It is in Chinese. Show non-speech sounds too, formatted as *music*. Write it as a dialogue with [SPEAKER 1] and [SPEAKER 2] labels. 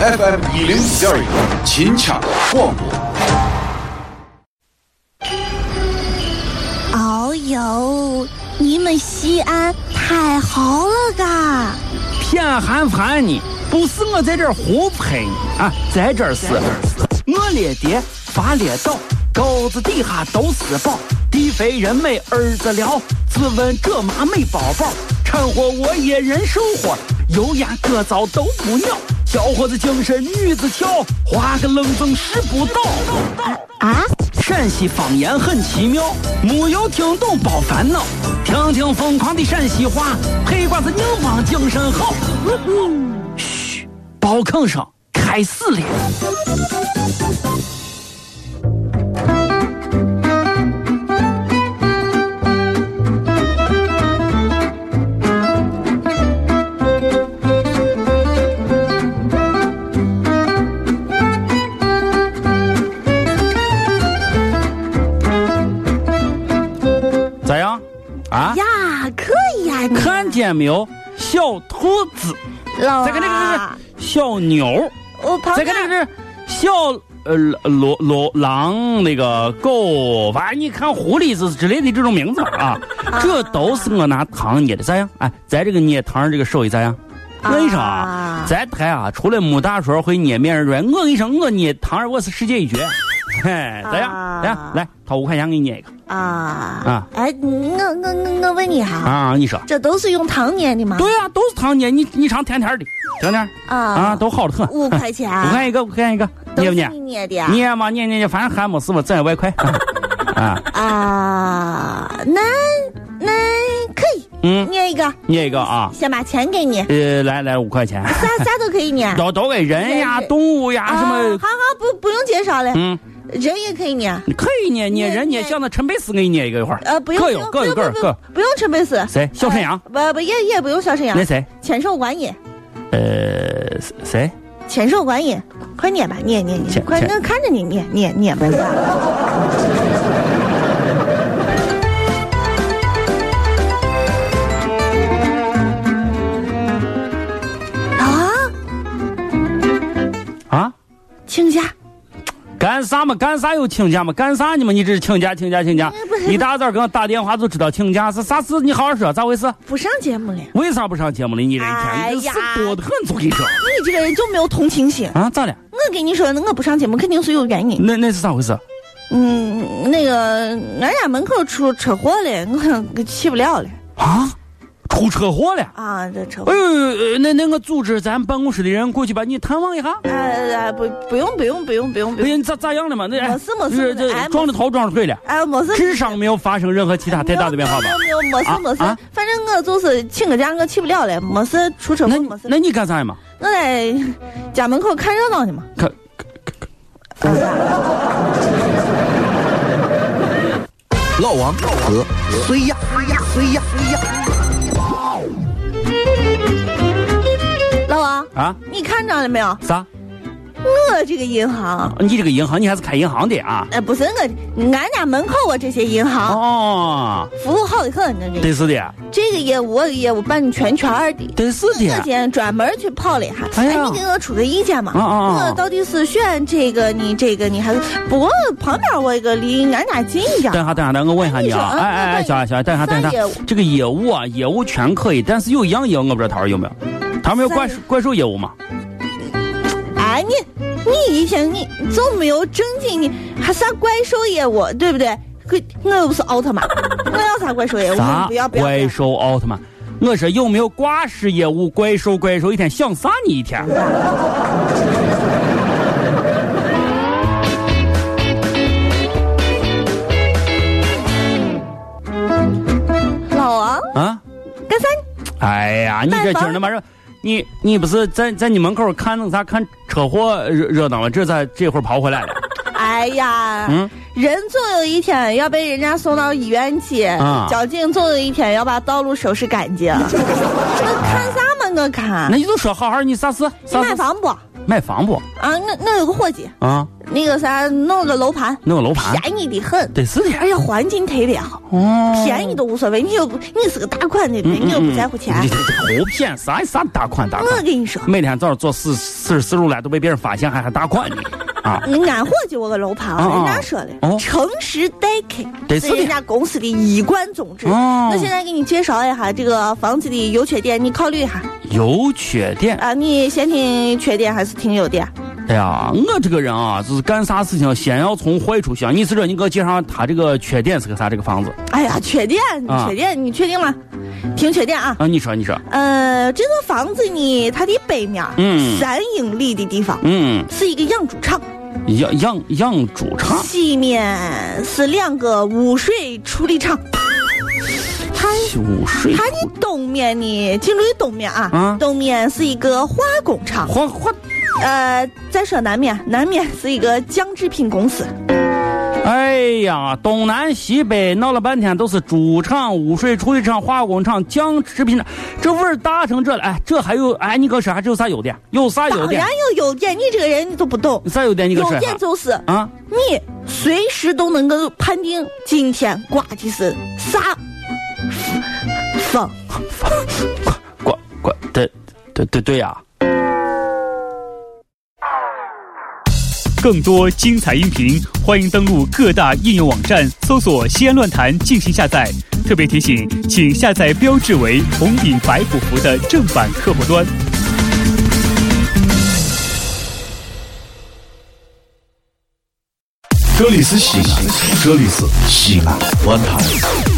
[SPEAKER 1] FM 一零五点一，秦腔广播。
[SPEAKER 2] 哦呦，你们西安太好了嘎！
[SPEAKER 3] 偏寒寒你，不是我在这儿胡喷你啊，在这儿是，我列爹发列倒，沟子底下都是宝，地肥人美儿子了，自问这妈没宝宝，掺和我也人生活，油盐各糟都不尿，小伙子精神女子俏，花个愣风使不倒。
[SPEAKER 2] 啊，
[SPEAKER 3] 陕西方言很奇妙，没有听懂别烦恼，听听疯狂的陕西话，黑瓜子硬邦精神好。嘘，包吭声开始了。咋样？啊？
[SPEAKER 2] 呀，可以呀、你
[SPEAKER 3] 看见没有？小兔子，
[SPEAKER 2] 老
[SPEAKER 3] 再看这个
[SPEAKER 2] 啊，
[SPEAKER 3] 是小牛，
[SPEAKER 2] 我旁
[SPEAKER 3] 再看这
[SPEAKER 2] 边
[SPEAKER 3] 个是小呃罗罗狼那个狗，反正你看狐狸子之类的这种名字啊，这都是我拿糖捏的，咋样？哎，咱这个捏糖这个手艺咋样？我跟你说啊
[SPEAKER 2] 啊，
[SPEAKER 3] 咱台啊，除了木大叔会捏面人之外，我跟你说，我捏糖我是世界一绝。 *laughs* 嘿，咋样？
[SPEAKER 2] 啊
[SPEAKER 3] 咋样？来，掏五块钱给你捏一个
[SPEAKER 2] 啊
[SPEAKER 3] 啊
[SPEAKER 2] 哎，我我我我问你哈、
[SPEAKER 3] 啊！你说，
[SPEAKER 2] 这都是用糖捏的吗？
[SPEAKER 3] 对呀、都是糖捏，你你尝甜甜的，甜甜
[SPEAKER 2] 啊
[SPEAKER 3] 啊，都好的很。
[SPEAKER 2] 五块
[SPEAKER 3] *laughs*
[SPEAKER 2] 钱，
[SPEAKER 3] 我看一个，我看一个，
[SPEAKER 2] 都是
[SPEAKER 3] 捏不捏？
[SPEAKER 2] 你捏的啊
[SPEAKER 3] 捏嘛捏捏捏，反正还没事嘛，挣外
[SPEAKER 2] *laughs*
[SPEAKER 3] 快。啊，
[SPEAKER 2] 啊，那那可以
[SPEAKER 3] 嗯，
[SPEAKER 2] 捏一个，
[SPEAKER 3] 捏一个啊，
[SPEAKER 2] 先把钱给你，
[SPEAKER 3] 呃，来来五块
[SPEAKER 2] *laughs*
[SPEAKER 3] 钱， *laughs*
[SPEAKER 2] 啥啥都可以捏。
[SPEAKER 3] 都都给人呀、
[SPEAKER 2] 对对
[SPEAKER 3] 动物呀
[SPEAKER 2] 啊，
[SPEAKER 3] 什么
[SPEAKER 2] 好，好，不不用介绍了，
[SPEAKER 3] 嗯，
[SPEAKER 2] 人也可以捏。
[SPEAKER 3] 可以捏捏
[SPEAKER 2] 捏
[SPEAKER 3] 人捏，
[SPEAKER 2] 捏
[SPEAKER 3] 像那陈佩斯给你捏一个一会儿，
[SPEAKER 2] 呃，不用，
[SPEAKER 3] 各
[SPEAKER 2] 不
[SPEAKER 3] 有
[SPEAKER 2] 用，
[SPEAKER 3] 各有
[SPEAKER 2] 不
[SPEAKER 3] 各有
[SPEAKER 2] 用
[SPEAKER 3] 各有，
[SPEAKER 2] 不用陈佩斯，
[SPEAKER 3] 谁？小沈阳，
[SPEAKER 2] 呃不不也也不用小沈阳
[SPEAKER 3] 那，谁？
[SPEAKER 2] 千手观音，
[SPEAKER 3] 呃，谁？
[SPEAKER 2] 千手观音，快捏吧，捏捏捏，
[SPEAKER 3] 浅
[SPEAKER 2] 快，
[SPEAKER 3] 浅
[SPEAKER 2] 那看着你捏捏捏吧。啊，
[SPEAKER 3] 啊？
[SPEAKER 2] 请假，
[SPEAKER 3] 干啥嘛？干啥有请假嘛？干啥你嘛？你这是请假请假请假
[SPEAKER 2] 哎不！是
[SPEAKER 3] 一大早给我打电话就知道请假是啥事？你好好说，咋回事？
[SPEAKER 2] 不上节目了。
[SPEAKER 3] 为啥不上节目了？你这一天，你这
[SPEAKER 2] 哎呀
[SPEAKER 3] 事多得很，就跟你说
[SPEAKER 2] 你这个人就没有同情心。
[SPEAKER 3] 啊，咋了？
[SPEAKER 2] 我跟你说，我不上节目肯定是有原因。
[SPEAKER 3] 那那是咋回事？
[SPEAKER 2] 嗯，那个俺家门口出车祸了，我我 *laughs* 去不了了
[SPEAKER 3] 啊，出车祸了！
[SPEAKER 2] 啊，这车祸
[SPEAKER 3] 哎。呦，呃那那我组织咱办公室的人过去把你探望一下。
[SPEAKER 2] 哎哎，不不用不用不用不用不
[SPEAKER 3] 哎呀，
[SPEAKER 2] 用，
[SPEAKER 3] 你咋咋样了嘛？那哎
[SPEAKER 2] 呃没事没事
[SPEAKER 3] 这这
[SPEAKER 2] 哎没事
[SPEAKER 3] 撞着头撞着腿了，
[SPEAKER 2] 哎，没事。
[SPEAKER 3] 智商没有发生任何其他太大的变化吧
[SPEAKER 2] 没？有没有没事没事
[SPEAKER 3] 啊啊，
[SPEAKER 2] 反正我就是请个假，我去不了了，没事出车祸
[SPEAKER 3] 那
[SPEAKER 2] 没事。
[SPEAKER 3] 那你干啥嘛？
[SPEAKER 2] 我在家门口看热闹呢嘛。
[SPEAKER 3] 看，
[SPEAKER 1] 老王和
[SPEAKER 4] 谁呀？谁呀？谁呀？谁呀？
[SPEAKER 2] 老王，
[SPEAKER 3] 啊
[SPEAKER 2] 你看着了没有？
[SPEAKER 3] 啥？啊
[SPEAKER 2] 我这个银行，
[SPEAKER 3] 你这个银行你还是开银行的啊？
[SPEAKER 2] 哎，不是我，俺家门口我这些银行
[SPEAKER 3] 哦，
[SPEAKER 2] 服务好的很，那这
[SPEAKER 3] 对是的，
[SPEAKER 2] 这个业务我的业务办的全全的。
[SPEAKER 3] 对是
[SPEAKER 2] 我今
[SPEAKER 3] 的。
[SPEAKER 2] 天专门去跑了一下，
[SPEAKER 3] 哎
[SPEAKER 2] 哎，
[SPEAKER 3] 呀
[SPEAKER 2] 你给我出个意见嘛？
[SPEAKER 3] 啊啊啊
[SPEAKER 2] 我到底是选这个你这个你还是？不过旁边我一个离俺家近一点，
[SPEAKER 3] 等一下，等一下，等一下我问一下你啊！
[SPEAKER 2] 哎你说
[SPEAKER 3] 哎哎哎，
[SPEAKER 2] 嗯
[SPEAKER 3] 小孩小孩，等一下，等一下
[SPEAKER 2] 算业务，
[SPEAKER 3] 这个业务啊，业务全可以，但是有一样业务我不知道他有没有，他们有怪
[SPEAKER 2] 算业
[SPEAKER 3] 兽怪兽业务嘛？
[SPEAKER 2] 哎，你你一天你就没有正经，你还啥怪兽业务，对不对？可我又不是奥特
[SPEAKER 3] *laughs*
[SPEAKER 2] 曼，我要啥怪兽业务？
[SPEAKER 3] 啥
[SPEAKER 2] 不要不要！不
[SPEAKER 3] 怪
[SPEAKER 2] 要
[SPEAKER 3] 兽奥特曼？我说有没有挂失业务？怪兽怪兽一天想啥你一天？
[SPEAKER 2] 老王
[SPEAKER 3] 啊？
[SPEAKER 2] 干啥？
[SPEAKER 3] 哎呀，你这今儿他妈热，你你不是在在你门口看那啥看车祸热热闹吗？这咋这会儿跑
[SPEAKER 2] *laughs*
[SPEAKER 3] 回来了？
[SPEAKER 2] 哎呀，
[SPEAKER 3] 嗯，
[SPEAKER 2] 人总有一天要被人家送到医院去，
[SPEAKER 3] 啊
[SPEAKER 2] 交警总有一天要把道路收拾
[SPEAKER 3] *laughs*
[SPEAKER 2] 干净。我看啥嘛？我看。
[SPEAKER 3] 那你就说好好你啥事？
[SPEAKER 2] 你
[SPEAKER 3] 啥
[SPEAKER 2] 买
[SPEAKER 3] 事？
[SPEAKER 2] 房不？
[SPEAKER 3] 买房不？
[SPEAKER 2] 啊，那那有个伙计，
[SPEAKER 3] 啊，
[SPEAKER 2] 那个啥，弄个楼盘，
[SPEAKER 3] 弄个楼盘
[SPEAKER 2] 便宜的很，
[SPEAKER 3] 得是的。
[SPEAKER 2] 而且环境特别好，
[SPEAKER 3] 哦嗯
[SPEAKER 2] 便宜都无所谓，你又不，你是个大款对不对？你又不在乎钱。
[SPEAKER 3] 这这这胡骗啥啥大款大
[SPEAKER 2] 我
[SPEAKER 3] 款
[SPEAKER 2] 跟，你说，
[SPEAKER 3] 每天早上做四四十四入来都被别人发现，还还大款呢啊！
[SPEAKER 2] 俺伙计我个楼盘啊，
[SPEAKER 3] 啊
[SPEAKER 2] 人
[SPEAKER 3] 啊
[SPEAKER 2] 家说
[SPEAKER 3] 哦
[SPEAKER 2] 的，诚实待
[SPEAKER 3] 得
[SPEAKER 2] 客
[SPEAKER 3] 是
[SPEAKER 2] 是
[SPEAKER 3] 的
[SPEAKER 2] 人家公司的一贯宗旨。
[SPEAKER 3] 哦
[SPEAKER 2] 那现在给你介绍一下这个房子的优缺点，你考虑一下
[SPEAKER 3] 有缺点，
[SPEAKER 2] 啊。你先听缺点还是听啊优点？
[SPEAKER 3] 哎呀，我这个人啊，就是干啥事情先要从坏处想。你是这，你给我介绍他这个缺点是个啥？这个房子
[SPEAKER 2] 哎呀，缺点，
[SPEAKER 3] 啊
[SPEAKER 2] 缺点，你确定吗？听缺点啊。
[SPEAKER 3] 啊？你说，你说，
[SPEAKER 2] 呃，这座房子呢，它的北面儿
[SPEAKER 3] 嗯
[SPEAKER 2] 三英里的地方
[SPEAKER 3] 嗯，
[SPEAKER 2] 是一个养猪场，
[SPEAKER 3] 养养养猪场，
[SPEAKER 2] 西面是两个污水处理厂，它
[SPEAKER 3] 五水
[SPEAKER 2] 它的东面呢，进入于东面啊，
[SPEAKER 3] 啊
[SPEAKER 2] 东面是一个化工厂，
[SPEAKER 3] 换换，
[SPEAKER 2] 呃，再说南面，南面是一个酱制品公司，
[SPEAKER 3] 哎呀，东南西北闹了半天都是猪场、污水处理厂、化工厂、酱制品厂，这味儿大成这了。哎，这还有哎，你给我说下这有啥优点？哎有啥优
[SPEAKER 2] 当
[SPEAKER 3] 点
[SPEAKER 2] 然？有优点，你这个人你都不懂，
[SPEAKER 3] 啥优点？你给我
[SPEAKER 2] 优
[SPEAKER 3] 说
[SPEAKER 2] 点
[SPEAKER 3] 下
[SPEAKER 2] 就是
[SPEAKER 3] 啊？
[SPEAKER 2] 你随时都能够判定今天刮的是啥风。
[SPEAKER 3] 管管对对对对呀、
[SPEAKER 5] 更多精彩音频，欢迎登录各大应用网站搜索“西安论坛”进行下载。特别提醒，请下载标志为红顶白虎符的正版客户端。
[SPEAKER 1] 这里是西安，这里是西安论坛。